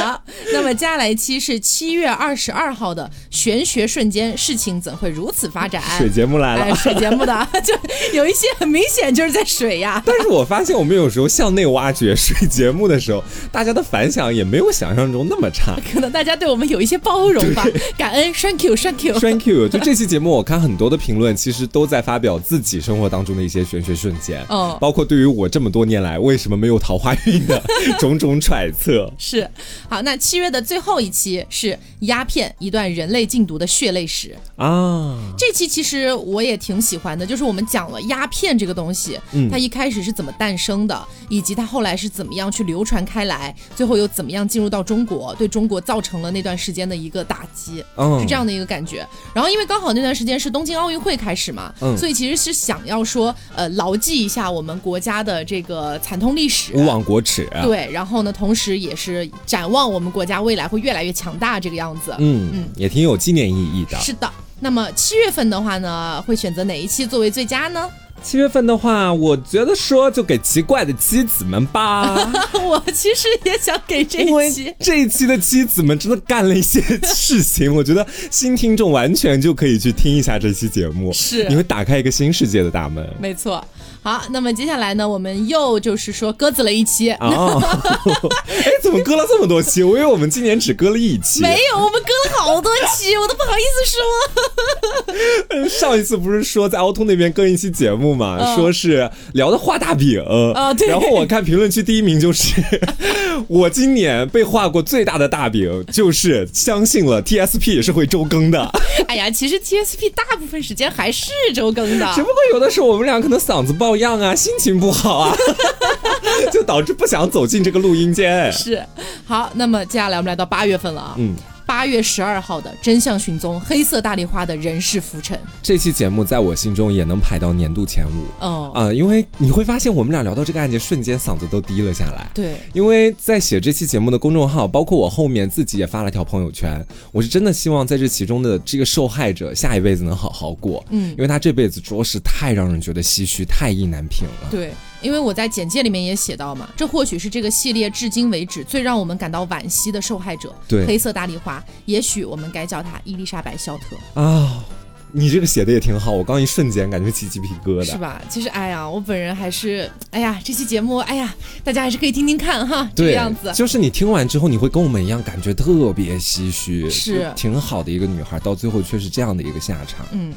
好，那么接下来一期是七月二十二号的玄学瞬间，事情怎会如此发展？
水节目来了
哎，，水节目的 *laughs* 就有一些很明显就是在水呀。
但是我发现我们有时候向内挖掘水节目的时候，大家的反响也没有想象中那么差。
可能大家对我们有一些包容吧，感恩，thank you，thank you。
Thank you。就这期节目，我看很多的评论，其实都在发表自己生活当中的一些玄学瞬间，
嗯
包括对于我这么多年来为什么没有桃花运的种种揣测。
是，好，那七月的最后一期是鸦片一段人类禁毒的血泪史。
啊，
这期其实我也挺喜欢的，就是我们讲了鸦片这个东西，
嗯
它一开始是怎么诞生的，以及它后来是怎么样去流传开来，最后又怎么样进入到中国，对中国造成了那段时间的一个打击，
嗯
是这样的一个感觉。然后因为刚好那段时间是东京奥运会开始嘛，
嗯
所以其实是想要说，呃，牢记一下我们国家的这个惨痛历史。
勿忘国耻。啊
对，然后呢，同时也是展望我们国家未来会越来越强大这个样子。
嗯，也挺有纪念意义的。
是的。那么七月份的话呢，会选择哪一期作为最佳呢？ *laughs*
七月份的话，我觉得说就给奇怪的妻子们吧，
我其实也想给这
因为
一期。
这一期的妻子们真的干了一些事情，我觉得新听众完全就可以去听一下这期节目，
是
你会打开一个新世界的
*laughs*
大门。
没错，好，那么接下来呢，我们又就是说鸽子了一期，
哦， *laughs* 哎，怎么割了这么多期？我以为我们今年只割了一期。
没有，我们鸽了好多期，我都不好意思说。 *laughs*
上一次不是说在凹凸那边更一期节目嘛，
嗯
说是聊的画大饼
啊对
然后我看评论区第一名就是 *laughs* 我今年被画过最大的大饼，就是相信了 TSP 是会周更的，
哎呀，其实 TSP 大部分时间还是周更的
只。不过有的时候我们俩可能嗓子抱恙啊，心情不好啊， *laughs* 就导致不想走进这个录音间。
是，好，那么接下来我们来到八月份了啊，
嗯，
八月十二号的真相寻踪，黑色大丽花的人世浮沉，
这期节目在我心中也能排到年度前五。
哦，
啊、因为你会发现我们俩聊到这个案件，瞬间嗓子都低了下来。
对，
因为在写这期节目的公众号，包括我后面自己也发了条朋友圈，我是真的希望在这其中的这个受害者下一辈子能好好过，嗯，因为他这辈子着实太让人觉得唏嘘，太意难平了。
对，因为我在简介里面也写到嘛，这或许是这个系列至今为止最让我们感到惋惜的受害者。
对
黑色大丽花，也许我们该叫她伊丽莎白·肖特，
啊、你这个写的也挺好，我刚一瞬间感觉起鸡皮疙
是
瘩。
吧？其实，哎呀，我本人还是，哎呀，这期节目，哎呀，大家还是可以听听看哈，这个
对
样子，。
就是你听完之后，你会跟我们一样感觉特别唏嘘，
是
就挺好的一个女孩，到最后却是这样的一个下场。
嗯，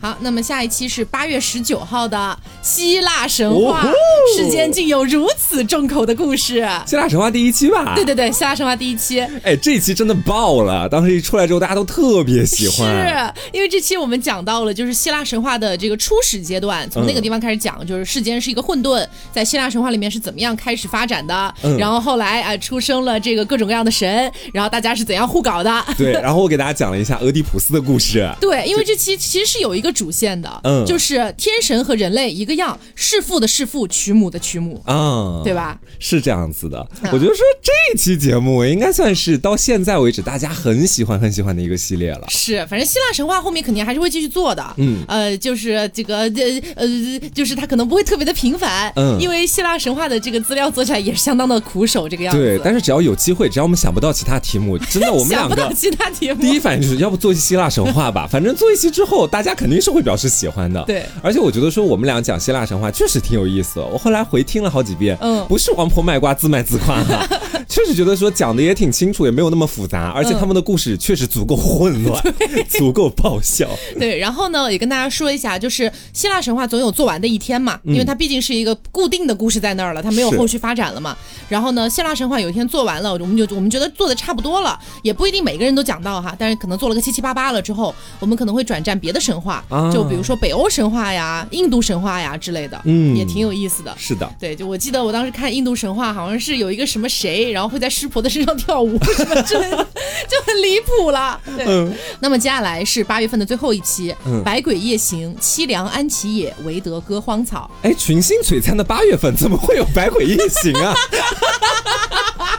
好，那么下一期是八月十九号的希腊神话，
哦吼
世间竟有如此重口的故事。
希腊神话第一期吧？
对对对，希腊神话第一期。
哎，这一期真的爆了！当时一出来之后，大家都特别喜欢。
是因为这期我们讲到了，就是希腊神话的这个初始阶段，从那个地方开始讲，就是世间是一个混沌，在希腊神话里面是怎么样开始发展的，
嗯
然后后来啊、出生了这个各种各样的神，然后大家是怎样互搞
*laughs*
的。
对，然后我给大家讲了一下俄狄浦斯的故事。
对，因为这期其实是有一个主线的，
嗯
就是天神和人类一个样，弑父的弑父，娶母的娶母，
啊、
对嗯吧？
是这样子的，我觉得说这期节目应该算是到现在为止大家很喜欢很喜欢的一个系列了。
是，反正希腊神话后面肯定还是会继续做的。
嗯
呃，就是这个呃呃，就是它可能不会特别的频繁，
嗯
因为希腊神话的这个资料做起来也是相当的苦手，这个样子。
对，但是只要有机会，只要我们想不到其他题目，真的我们
*laughs* 想
两
不到
个
其他题目。
第一反应就是要不做一期希腊神话吧，反正做一期之后，大家肯定是会表示喜欢的。
对
而且我觉得说我们俩讲希腊神话确实挺有意思的，我后来回听了好几遍，
嗯
不是王婆卖瓜自卖自夸哈、 *laughs* 确实觉得说讲的也挺清楚，也没有那么复杂，而且他们的故事确实足够混乱，足够爆笑。
*laughs* 对，然后呢，也跟大家说一下，就是希腊神话总有做完的一天嘛，因为它毕竟是一个固定的故事在那儿了，它没有
嗯是
后续发展了嘛。然后呢，希腊神话有一天做完了，我们就我们觉得做的差不多了，也不一定每个人都讲到哈，但是可能做了个七七八八了之后，我们可能会转战别的神话，
啊
就比如说北欧神话呀、印度神话呀之类的，
嗯
也挺有意思的。
是的，
对，就我记得我当时看印度神话，好像是有一个什么谁，然后会在湿婆的身上跳舞什么之类的，就很离谱了。对，
嗯
那么接下来是八月份的最后一期，
嗯
百鬼夜行，凄凉安其也，唯得割荒草。
哎，群星璀璨的八月份怎么会有百鬼夜行啊？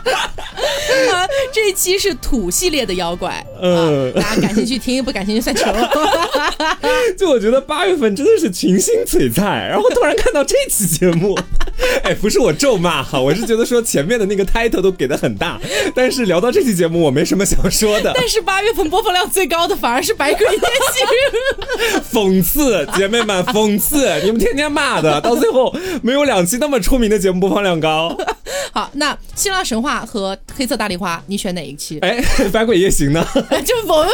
啊这一期是土系列的妖怪，啊，
嗯
大家感兴趣听，不感兴趣算球。
就我觉得八月份真的是群星璀璨，然后突然看到这期节目， *laughs* 哎，不是我咒骂哈，我是觉得说前面的那个 title 都给的很大，但是聊到这期节目，我没什么想说的，
*laughs* 但是八月份播放量最高的反而是百鬼夜行，
讽刺姐妹们，讽刺你们天天骂的，到最后没有两期那么出名的节目播放量高，
好，那希腊神话和黑色大丽花，你选哪一期？ *laughs*
哎，百鬼夜行呢？
就我们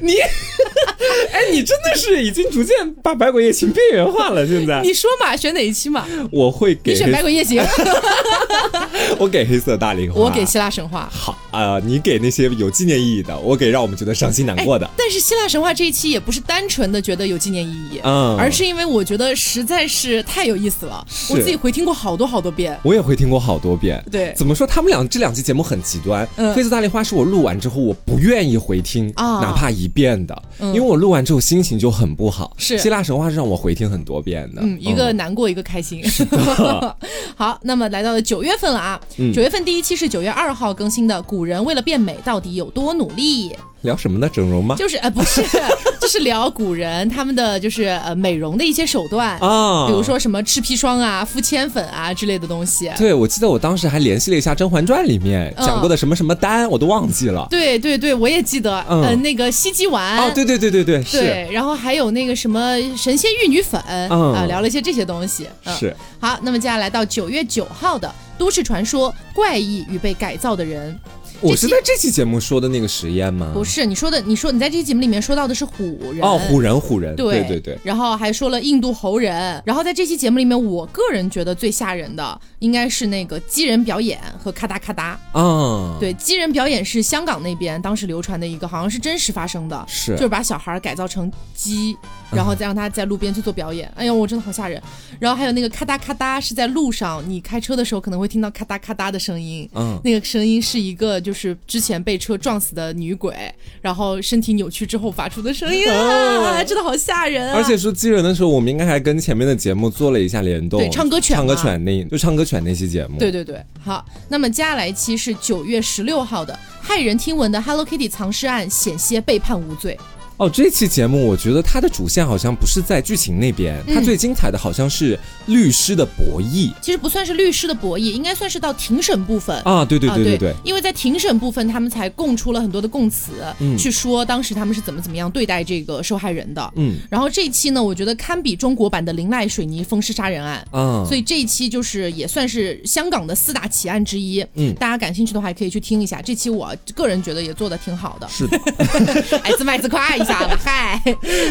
你，哎，你真的是已经逐渐把百鬼夜行边缘化了，现在
你说嘛，选哪一期嘛？
我会
你
给
选百
黑，
鬼夜行，
*laughs* 我给黑色大丽花，
我给希腊神话。
好啊、你给那些有纪念意义的，我给让我们觉得伤心难过的。
哎但是希腊神话这一期也不是单纯的觉得有纪念意义，
嗯
而是因为我觉得实在是太有意思了，
是
我自己回听过好多好多遍。
我也会听过好多遍。
对
怎么说？他们俩这两期节目很极端。
嗯
黑色大丽花是我录完之后我不愿意回听，
啊
哪怕一遍的，
嗯
因为我录完之后心情就很不好。
是
希腊神话是让我回听很多遍的。哦
嗯，一个难过，一个开心。 *laughs* 好，那么来到了九月份了啊，九、
嗯
月份第一期是九月二号更新的《古人为了变美到底有多努力》，
聊什么呢？整容吗？
就是呃不是， *laughs* 就是聊古人他们的就是呃美容的一些手段，
啊，
比如。说什么吃砒霜啊、敷铅粉啊之类的东西。
对，我记得我当时还联系了一下《甄嬛传》里面
嗯
讲过的什么什么丹，我都忘记了。
对对对，我也记得，
嗯
呃，那个西鸡丸，
哦，对对对对对，是
对，然后还有那个什么神仙玉女粉啊、
嗯
聊了一些这些东西。嗯、
是。
好，那么接下来到九月九号的都市传说：怪异与被改造的
嗯
人。
我是在这期节目说的那个实验吗？
不是你说的，你说你在这期节目里面说到的是虎人
哦，唬人唬人，
对
对对，
然后还说了印度猴人，然后在这期节目里面，我个人觉得最吓人的应该是那个鸡人表演和咔哒咔哒。
啊，
对，鸡人表演是香港那边当时流传的一个，好像是真实发生的，
是
就是把小孩改造成鸡，然
嗯
后再让他在路边去做表演。哎呦，我真的好吓人。然后还有那个咔哒咔哒，是在路上你开车的时候可能会听到咔哒咔哒的声音。
嗯，
那个声音是一个，就是之前被车撞死的女鬼，然后身体扭曲之后发出的声音啊，
哦
真的好吓人啊！
而且说鸡人的时候，我们应该还跟前面的节目做了一下联动，
对唱歌犬嘛
唱歌犬那就唱歌犬那期节目，
对，对对，好，那么接下来一期是九月十六号的骇人听闻的 Hello Kitty 藏尸案，险些被判无罪。
哦，这期节目我觉得它的主线好像不是在剧情那边，
嗯
它最精彩的好像是律师的博弈
其实不算是律师的博弈，应该算是到庭审部分。
啊，对对
啊，
对对
对
对，
因为在庭审部分，他们才供出了很多的供词，
嗯
去说当时他们是怎么怎么样对待这个受害人的。
嗯
然后这一期呢，我觉得堪比中国版的林濑水泥风尸杀人案，
啊，
所以这一期就是也算是香港的四大奇案之一。
嗯
大家感兴趣的话，也可以去听一下。这期我个人觉得也做的挺好的，
是的，
*laughs* 哎，自卖自夸一一下吧，嗨。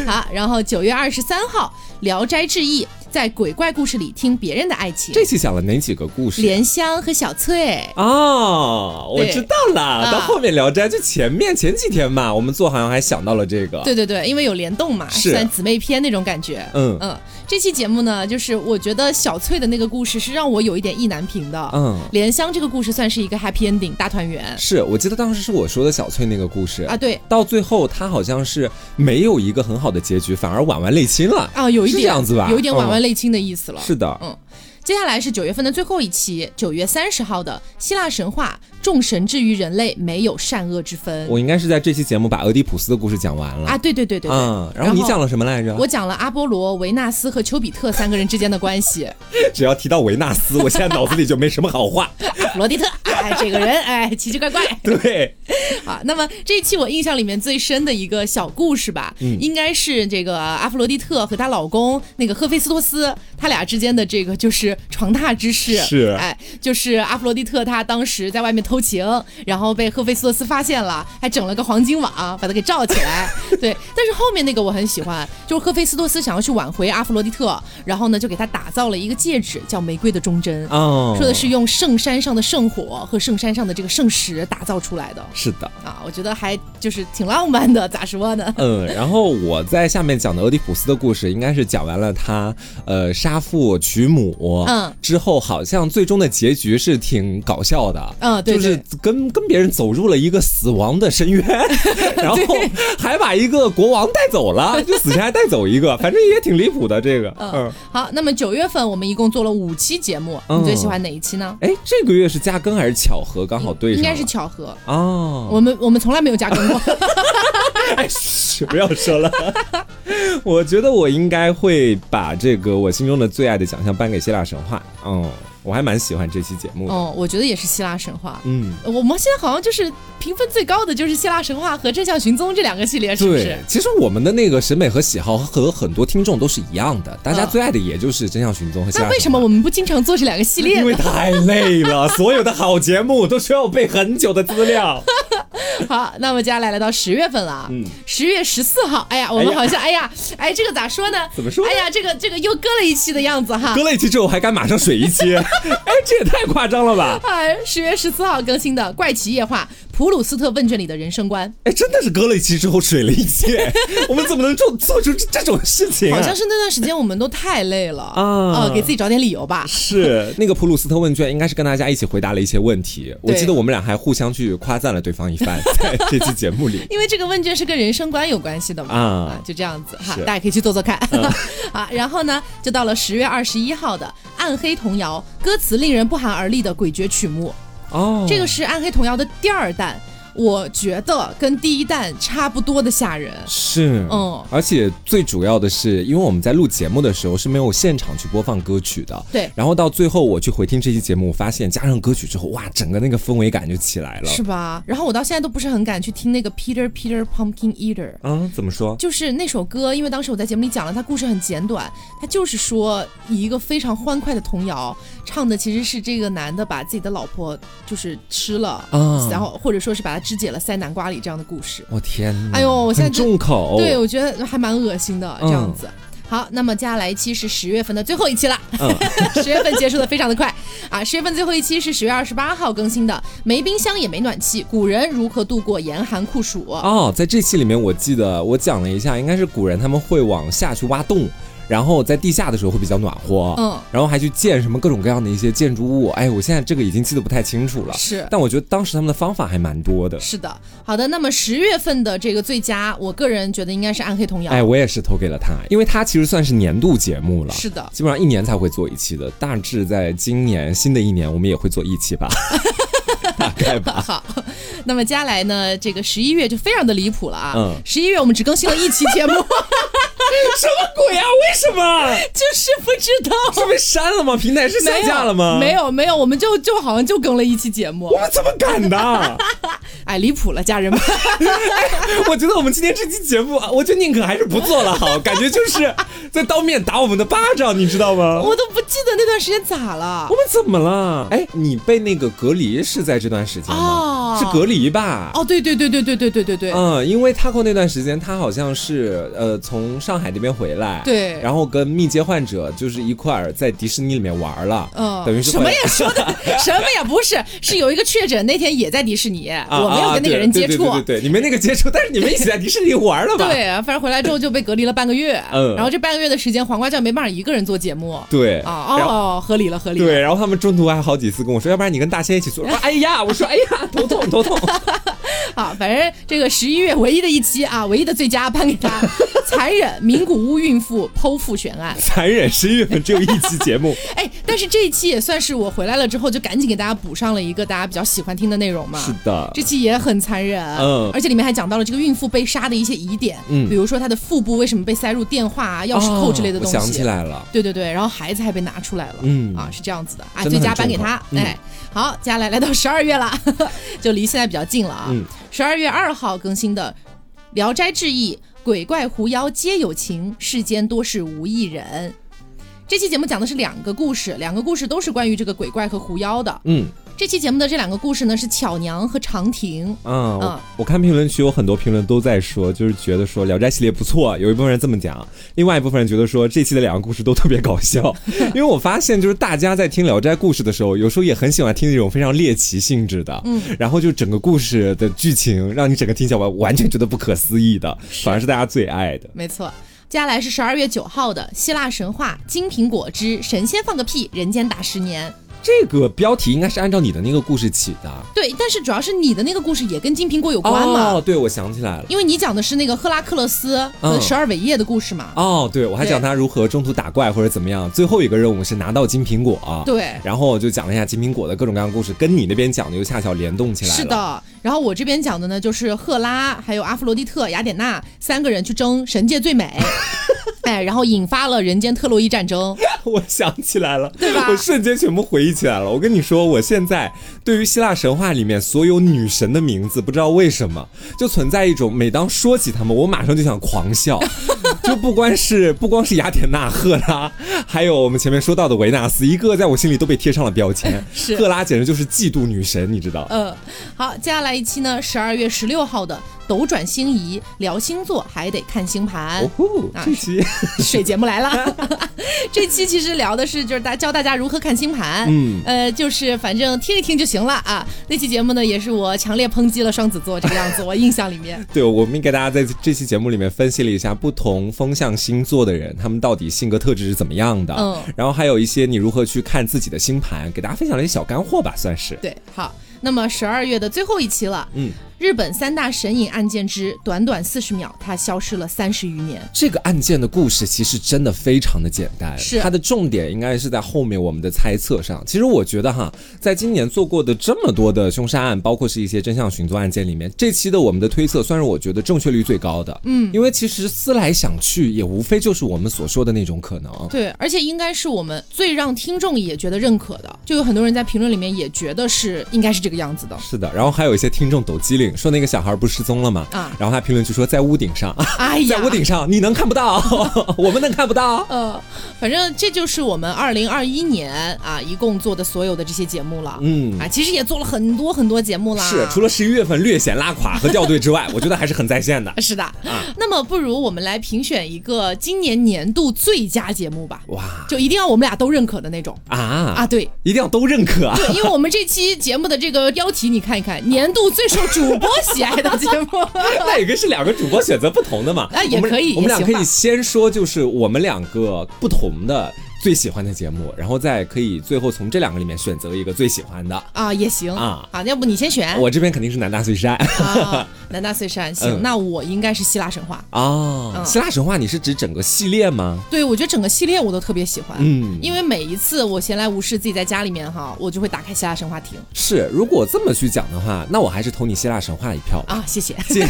好，然后九月二十三号，《聊斋志异》在鬼怪故事里听别人的爱情，
这期讲了哪几个故事？
莲香和小翠。
哦，我知道了。
对
到
啊
后面《聊斋》就前面前几天嘛，我们做好像还想到了这个。
对对对，因为有联动嘛，
是
算姊妹篇那种感觉。
嗯
嗯，这期节目呢，就是我觉得小翠的那个故事是让我有一点意难平的。
嗯，
莲香这个故事算是一个 happy ending 大团圆
是我记得当时是我说的小翠那个故事
啊，对
到最后她好像是没有一个很好的结局，反而婉婉泪亲了。
啊，有一
是
点
这样子吧
有一点婉婉
嗯
泪亲的意思了。
是的，
嗯，接下来是九月份的最后一期，九月三十号的希腊神话，众神之于人类没有善恶之分
我应该是在这期节目把俄狄浦斯的故事讲完了。
啊，对对对对对。
嗯，然后你讲了什么来着？
我讲了阿波罗、维纳斯和丘比特三个人之间的关系， *laughs*
只要提到维纳斯，我现在脑子里就没什么好话。
阿罗狄特，哎，这个人，哎，奇奇怪怪。
对，
啊，那么这一期我印象里面最深的一个小故事吧，
嗯
应该是这个阿弗罗狄特和她老公那个赫菲斯托斯，他俩之间的这个就是床榻之事。
是
哎，就是阿弗罗狄特她当时在外面偷情，然后被赫菲斯托斯发现了，还整了个黄金网把他给罩起来。 *laughs* 对，但是后面那个我很喜欢，就是赫菲斯托斯想要去挽回阿弗罗狄特，然后呢就给他打造了一个戒指，叫玫瑰的忠贞。
哦，
说的是用圣山上的圣火和圣山上的这个圣石打造出来的，
是的。
啊，我觉得还就是挺浪漫的，咋说
*laughs*
呢？
嗯，然后我在下面讲的俄狄浦斯的故事，应该是讲完了他呃杀父娶母，
嗯
之后好像最终的结局是挺搞笑的，
嗯对
就是跟跟别人走入了一个死亡的深
*laughs*
渊，然后还把一个国王带走了，
*laughs*
就死前还带走一个，反正也挺离谱的这个，嗯。
好，那么九月份我们一共做了五期节目，你最喜欢哪一期呢？
哎，这个月是加更还是巧合？刚好对上
应
了，
该是巧合。
哦。
我们我们从来没有加
*laughs*
更过，
哎，嘘不要说了。 *laughs* 我觉得我应该会把这个我心中的最爱的奖项颁给希腊神话。嗯，我还蛮喜欢这期节目的。
哦，我觉得也是希腊神话。
嗯，
我们现在好像就是评分最高的就是希腊神话和真相寻踪这两个系列，是不是
对？，其实我们的那个审美和喜好和很多听众都是一样的，大家最爱的也就是《真相寻踪》和希腊
嗯
神
那
话。
为什么我们不经常做这两个系列
*laughs* 因
呢
为？太累了，所有的好节目都需要背很久的资料。
*laughs* 好，那么接下来来到十月份了啊，
嗯
十、月十四号，哎呀，我们好像，哎呀，哎这个咋说呢？
怎么 *laughs* 说呢
哎呀，这个这个又割了一期的样子哈。
隔了一期之后还敢马上水一期， *laughs* 哎，这也太夸张了吧！
哎，十月十四号更新的《怪奇夜话：普鲁斯特问卷里的人生观
哎，真的是隔了一期之后水了一期， *laughs* 我们怎么能做做出这这种事情、》，啊？
好像是那段时间我们都太累了啊
啊
给自己找点理由吧。
*laughs* 是那个普鲁斯特问卷，应该是跟大家一起回答了一些问题。我
对
记得我们俩还互相去夸赞了对方一番，在这期节
*laughs*
目里。
因为这个问卷是跟人生观有关系的嘛，
啊
啊，就这样子哈，
是嗯
大家可以去做做看。 *laughs* 啊，然后呢，就到了十月二十一号的暗黑童谣，歌词令人不寒而栗的诡谲曲目，
哦，
这个是暗黑童谣的第二弹，我觉得跟第一弹差不多的吓人。
是，
嗯
而且最主要的是，因为我们在录节目的时候是没有现场去播放歌曲的，
对
然后到最后我去回听这期节目，我发现加上歌曲之后，哇，整个那个氛围感就起来了。
是吧？然后我到现在都不是很敢去听那个 Peter Peter Pumpkin Eater，
啊，怎么说？
就是那首歌，因为当时我在节目里讲了，它故事很简短，它就是说以一个非常欢快的童谣，唱的其实是这个男的把自己的老婆就是吃了，
啊
然后或者说是把她肢解了塞南瓜里这样的故事。
我、天哪！
哎呦我现在
很
就
重口。
对，我觉得还蛮恶心的
嗯
这样子。好，那么接下来一期是十月份的最后一期了，
嗯
*laughs* 十月份结束的非常的快啊！十月份最后一期是十月二十八号更新的，没冰箱也没暖气，古人如何度过严寒酷暑？
哦，在这期里面，我记得我讲了一下，应该是古人他们会往下去挖洞，然后在地下的时候会比较暖和，
嗯，
然后还去建什么各种各样的一些建筑物。哎，我现在这个已经记得不太清楚了，
是
但我觉得当时他们的方法还蛮多的。
是的，好的。那么十月份的这个最佳，我个人觉得应该是《暗黑童谣》
哎，我也是投给了他，因为他其实算是年度节目了，
是的
基本上一年才会做一期的，大致在今年新的一年我们也会做一期
*laughs*
吧，大概吧。
好， *laughs* 那么接下来呢，这个十一月就非常的离谱了啊
嗯！
十一、月我们只更新了一期
*laughs*
节目，
什么鬼啊？为什么？
就是不知道
是被删了吗？平台是下架了吗？
哦没有没有，我们就就好像就更了一期节目
我，们怎么敢的？
哎，离谱了，家
*laughs*
人们。
我觉得我们今天这期节目，啊，我就宁可还是不做了好，感觉就是在当面打我们的巴掌，你知道 *laughs* 吗？
我都不记得那段时间咋了
我。们怎么了？哎，你被那个隔离是在这段时间吗？
哦哦，
是隔离吧？
哦，对对对对对对对对对，
嗯，因为 Taco 那段时间，他好像是呃从上海那边回来，
对
然后跟密接患者就是一块儿在迪士尼里面玩了，
嗯，
等于是
什
回
么
来
也说的，什么也不是，是有一个确诊那天也在迪士尼，
*laughs* 啊
我没有
啊
跟那个
对
人接触
对对，对对对你们那个接触，但是你们一起在迪士尼玩 *laughs* 了吧？
*laughs* 对，反正回来之后就被隔离了半个月，
嗯
然后这半个月的时间，黄瓜酱没办法一个人做节目，
对
啊
然后
哦，合理了合理了，
对，然后他们中途还好几次跟我说，要不然你跟大仙一起做。我说哎呀，我说哎呀，头痛头痛。 *laughs*
啊，反正这个十一月唯一的一期啊，唯一的最佳颁给
*laughs*
他，残忍名古屋孕妇剖腹悬案。
残忍，十一月份只有一期
*laughs*
节目，
哎，但是这一期也算是我回来了之后就赶紧给大家补上了一个大家比较喜欢听的内容嘛。
是的
这，期也很残忍，啊
嗯
而且里面还讲到了这个孕妇被杀的一些疑点，
嗯
比如说她的腹部为什么被塞入电话啊、钥匙扣之类的
哦
东西，
我想起来了，
对对对，然后孩子还被拿出来了，
嗯
啊，是这样子的啊，
真的
最
很
佳颁给
重口
他，
嗯
哎，好，接下来来到十二月了， *laughs* 就离现在比较近了啊
嗯，
十二、月二号更新的《聊斋志异》，鬼怪狐妖皆有情，世间多是无一人。这期节目讲的是两个故事，两个故事都是关于这个鬼怪和狐妖的。
嗯
这期节目的这两个故事呢是巧娘和长亭，
啊，
嗯
我我看评论区有很多评论都在说，就是觉得说《聊斋》系列不错，有一部分人这么讲，另外一部分人觉得说这期的两个故事都特别搞
*laughs*
笑，因为我发现就是大家在听《聊斋》故事的时候，有时候也很喜欢听那种非常猎奇性质的，嗯，然后就整个故事的剧情让你整个听起来完完全觉得不可思议的，反而是大家最爱的。
没错。接下来是十二月九号的希腊神话《金苹果之神仙放个屁，人间打十年》。
这个标题应该是按照你的那个故事起的。
对，但是主要是你的那个故事也跟金苹果有关嘛，
哦，对，我想起来了。
因为你讲的是那个赫拉克勒斯和
嗯
十二伟业的故事嘛。
哦，对，我还讲他如何中途打怪或者怎么样。最后一个任务是拿到金苹果、
对
然后我就讲了一下金苹果的各种各样的故事，跟你那边讲的又恰巧联动起来了。
是，的，然后我这边讲的呢，就是赫拉还有阿弗罗狄特、雅典娜三个人去争神界最
*laughs*
美，哎，然后引发了人间特洛伊战争。
*laughs* 我想起来了，
对吧
我瞬间全部回忆起来了。我跟你说，我现在对于希腊神话里面所有女神的名字，不知道为什么就存在一种，每当说起她们，我马上就想狂笑。 *laughs* 就不光是不光是雅典娜、赫拉，还有我们前面说到的维纳斯，一个个在我心里都被贴上了标签。
是
赫拉简直就是嫉妒女神，你知道？
嗯，好，接下来一期呢，十二月十六号的斗转星移聊星座，还得看星盘
哦。吼
啊，
这期 *laughs*
水节目来了， *laughs* 这期其实聊的是就是大教大家如何看星盘，
嗯
呃，就是反正听一听就行了啊。那期节目呢，也是我强烈抨击了双子座这个样子，我印象里面，
对，我们给大家在这期节目里面分析了一下不同风象星座的人，他们到底性格特质是怎么样的。
嗯
然后还有一些你如何去看自己的星盘，给大家分享了一些小干货吧，算是。 *laughs*
对，好。那么十二月的最后一期了，
嗯，
日本三大神隐案件之短短四十秒，它消失了三十余年。
这个案件的故事其实真的非常的简单，
是
它的重点应该是在后面我们的猜测上。其实我觉得哈，在今年做过的这么多的凶杀案，包括是一些真相寻踪案件里面，这期的我们的推测算是我觉得正确率最高的。嗯，因为其实思来想去，也无非就是我们所说的那种可能。
对，而且应该是我们最让听众也觉得认可的，就有很多人在评论里面也觉得是应该是这个样子
*laughs*
的
是的，然后还有一些听众抖机灵，说那个小孩不是失踪了吗？
啊
然后他评论区说在屋顶上， *laughs*
哎呀
在，屋顶上，你能看不到， *laughs* 我们能看不到。
呃，反正这就是我们二零二一年啊，一共做的所有的这些节目了。
嗯
啊，其实也做了很多很多节目啦。
是，除了十一月份略显拉垮和掉队之外，我觉得还是很在
*laughs*
线的。
是的。
啊
那么，不如我们来评选一个今年年度最佳节目吧，
哇
就一定要我们俩都认可的那种
啊
啊。对，
一定要都认
*laughs*
可啊！
对，因为我们这期节目的这个标题，你看一看，年度最受主播喜爱的节目。 *laughs*
那也跟是两个主播选择不同的嘛。
啊也
我们
可以
我们
也
俩
行
可
吧
以先说，就是我们两个不同的最喜欢的节目，然后再可以最后从这两个里面选择一个最喜欢的。
啊，也行
啊
要不你先选
我这边肯定是南大碎山
啊？南大碎山，行，
嗯
那我应该是希腊神话。
啊。
嗯
希腊神话，你是指整个系列吗？
对，我觉得整个系列我都特别喜欢，
嗯
因为每一次我闲来无事自己在家里面哈，我就会打开希腊神话听
是，如果这么去讲的话，那我还是投你希腊神话一票吧。
啊，谢 *laughs* 谢。
*laughs* 今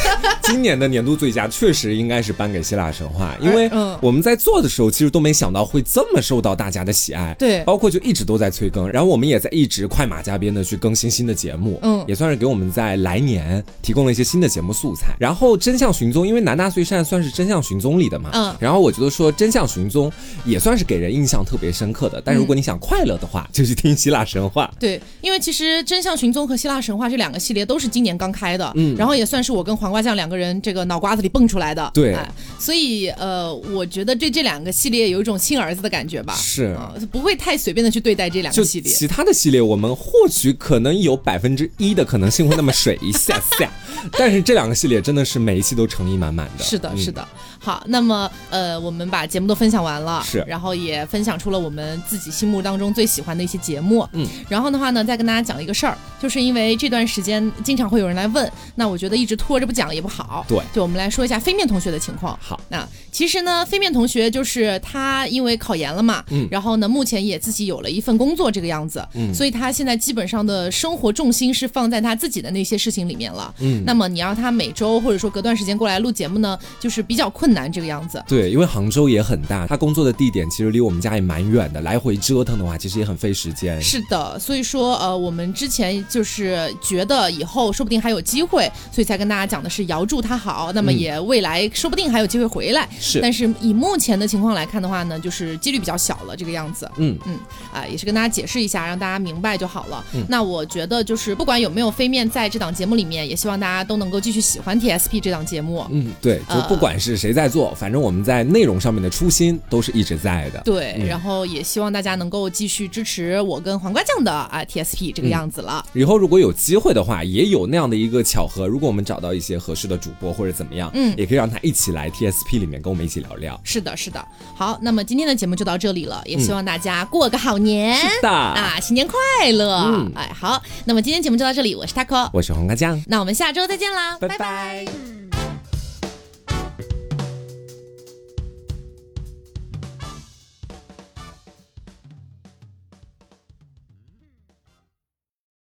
今年的年度最佳确实应该是颁给希腊神话，因为
嗯
我们在做的时候，其实都没想到会这么受到大家的喜爱。
对
包括就一直都在催更，然后我们也在一直快马加鞭的去更新新的节目，
嗯
也算是给我们在来年提供了一些新的节目素材。然后《真相寻踪》，因为南大碎善算是《真相寻踪》里的嘛，
嗯
然后我觉得说《真相寻踪》也算是给人印象特别深刻的。但如果你想快乐的话，就去听希腊神话。
对，因为其实《真相寻踪》和《希腊神话》这两个系列都是今年刚开的，嗯，然后也算是我跟黄瓜酱两个人这个脑瓜子里蹦出来的，
对
哎所以呃，我觉得对这两个系列有一种亲儿子的感觉吧，
是
啊不会太随便的去对待这两
就
个系列，
其他的系列，我们或许可能有百分之一的可能性会那么水一下
*laughs*
下，但是这两个系列真的是每一期都诚意满满的。
是的，
嗯
是的。好，那么呃，我们把节目都分享完了，
是
然后也分享出了我们自己心目当中最喜欢的一些节目，嗯，然后的话呢，再跟大家讲一个事儿，就是因为这段时间经常会有人来问，那我觉得一直拖着不讲也不好，
对
对，我们来说一下飞面同学的情况。
好，
那其实呢，飞面同学就是他，因为考研了嘛，嗯，然后呢，目前也自己有了一份工作这个样子，嗯，所以他现在基本上的生活重心是放在他自己的那些事情里面了，嗯，那么你让他每周或者说隔段时间过来录节目呢，就是比较困难这个样子，
对，因为杭州也很大，他工作的地点其实离我们家也蛮远的，来回折腾的话，其实也很费时间。
是的，所以说呃，我们之前就是觉得以后说不定还有机会，所以才跟大家讲的是遥祝他好，那么也未来说不定还有机会回来，
是
但是以目前的情况来看的话呢，就是几率比较小了这个样子。
嗯
嗯啊、也是跟大家解释一下，让大家明白就好了。那我觉得就是不管有没有飞面在这档节目里面，也希望大家都能够继续喜欢 TSP 这档节目。
嗯，对，就
呃
不管是谁在做，反正我们在内容上面的初心都是一直在的。
对，然后也希望大家能够继续支持我跟黄瓜酱的啊、TSP
嗯
这个样子了。
以后如果有机会的话，也有那样的一个巧合，如果我们找到一些合适的主播或者怎么样，嗯，也可以让他一起来 TSP 里面跟我们一起聊聊。
是的，是的。好，那么今天的节目就到这里了，也希望大家过个好年、
的嗯
啊，新年快乐！哎，好，那么今天节目就到这里，我是 taco，
我是黄瓜酱，
那我们下周再见啦，
拜拜
拜